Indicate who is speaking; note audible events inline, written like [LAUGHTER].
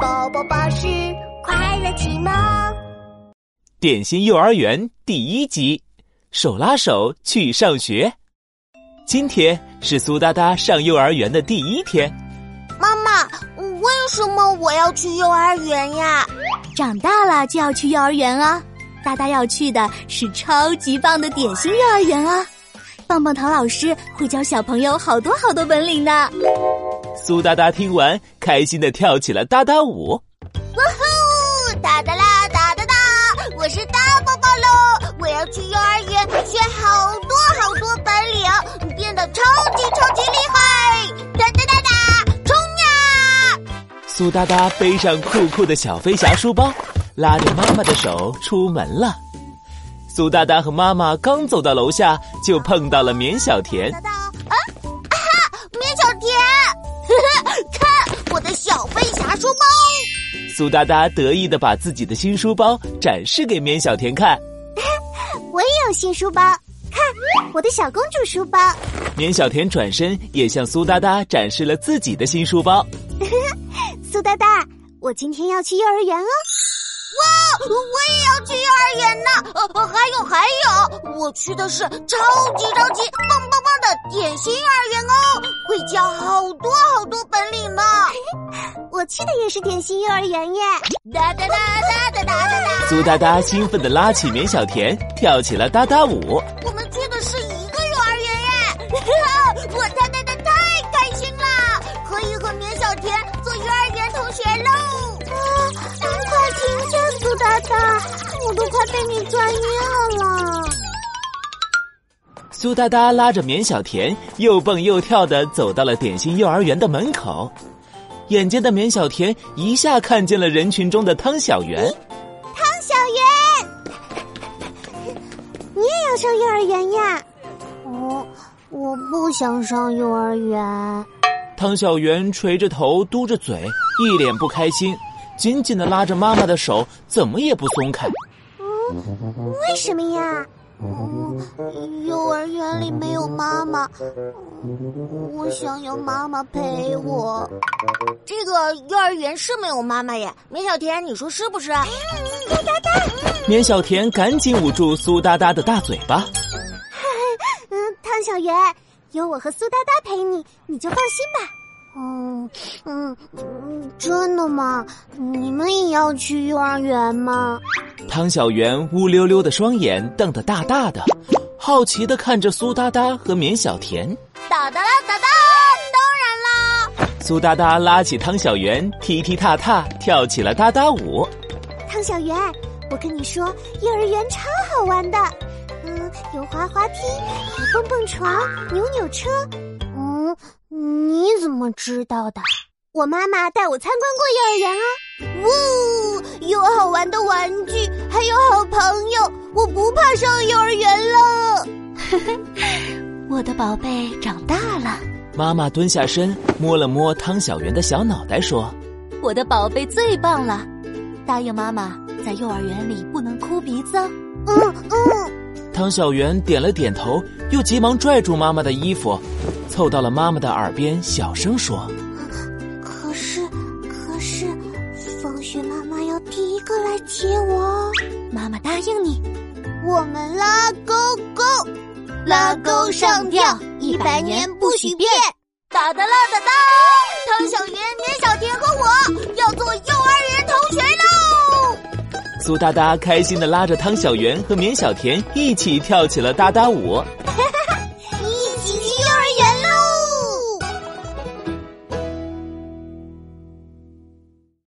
Speaker 1: 宝宝巴士快乐启蒙。
Speaker 2: 点心幼儿园第一集，手拉手去上学。今天是苏哒哒上幼儿园的第一天，
Speaker 1: 妈妈，为什么我要去幼儿园呀？
Speaker 3: 长大了就要去幼儿园啊！大大要去的是超级棒的点心幼儿园啊！棒棒糖老师会教小朋友好多好多本领呢。
Speaker 2: 苏哒哒听完，开心的跳起了哒哒舞。
Speaker 1: 哇 [LAUGHS] 吼！哒哒啦哒哒哒！我是大宝宝喽！我要去幼儿园学好多好多本领，变得超级超级厉害！哒哒哒哒，冲呀！
Speaker 2: 苏哒哒背上酷酷的小飞侠书包，拉着妈妈的手出门了。苏哒哒和妈妈刚走到楼下，就碰到了绵小田。
Speaker 1: 哒哒啊啊哈！棉小田，呵呵， [LAUGHS] 看我的小飞侠书包！
Speaker 2: 苏哒哒得意的把自己的新书包展示给绵小田看。
Speaker 1: 我也有新书包，看我的小公主书包。
Speaker 2: 绵小田转身也向苏哒哒展示了自己的新书包。
Speaker 1: 苏哒哒，我今天要去幼儿园哦。哇，我也要去幼儿园呢！呃，还有还有，我去的是超级超级棒棒棒的点心幼儿园哦，会教好多好多本领呢。 [LAUGHS] 我去的也是点心幼儿园耶！哒哒哒哒哒哒哒哒，
Speaker 2: 苏哒哒兴奋地拉起绵小田，跳起了哒哒舞。
Speaker 1: 我们去的是一个幼儿园耶！ [LAUGHS] 我太太太太开心了，可以和绵小田做幼儿园同学喽！啊，快停下，苏大大，我都快被你转尿了。
Speaker 2: 苏哒哒拉着绵小田，又蹦又跳地走到了点心幼儿园的门口。眼尖的绵小田一下看见了人群中的汤小圆。
Speaker 1: 汤小圆，你也要上幼儿园呀？我哦我不想上幼儿园。
Speaker 2: 汤小圆垂着头，嘟着嘴，一脸不开心，紧紧地拉着妈妈的手，怎么也不松开。
Speaker 1: 为什么呀？嗯，幼儿园里没有妈妈，嗯我想要妈妈陪我。这个幼儿园是没有妈妈耶，梅小田，你说是不是？
Speaker 2: 绵小田赶紧捂住苏哒哒的大嘴巴。
Speaker 1: 嗯，汤小圆，有我和苏哒哒陪你，你就放心吧。嗯嗯嗯，真的吗？你们也要去幼儿园吗？
Speaker 2: 汤小圆乌溜溜的双眼瞪得大大的，好奇地看着苏哒哒和绵小田。
Speaker 1: 哒哒啦哒哒，当然啦。
Speaker 2: 苏哒哒拉起汤小圆，踢踢踏踏跳起了哒哒舞。
Speaker 1: 汤小圆，我跟你说，幼儿园超好玩的，嗯，有滑滑梯，有蹦蹦床，扭扭车。嗯，你怎么知道的？我妈妈带我参观过幼儿园啊。哇，有好玩的玩具，还有好朋友，我不怕上幼儿园了。 [LAUGHS]
Speaker 3: 我的宝贝长大了，
Speaker 2: 妈妈蹲下身，摸了摸汤小圆的小脑袋，说
Speaker 3: 我的宝贝最棒了。答应妈妈，在幼儿园里不能哭鼻子哦。
Speaker 1: 嗯嗯，：“
Speaker 2: 汤小圆点了点头，又急忙拽住妈妈的衣服，凑到了妈妈的耳边，小声说
Speaker 1: 可是可是，放学妈妈要第一个来接我哦。
Speaker 3: 妈妈答应你，
Speaker 1: 我们拉勾勾，拉勾上吊，一百年不许变。哒哒啦哒哒，汤小圆、绵小田和我要做幼儿园同学喽！：‘
Speaker 2: 苏哒哒开心地拉着汤小圆和绵小田一起跳起了哒哒舞。
Speaker 1: 哒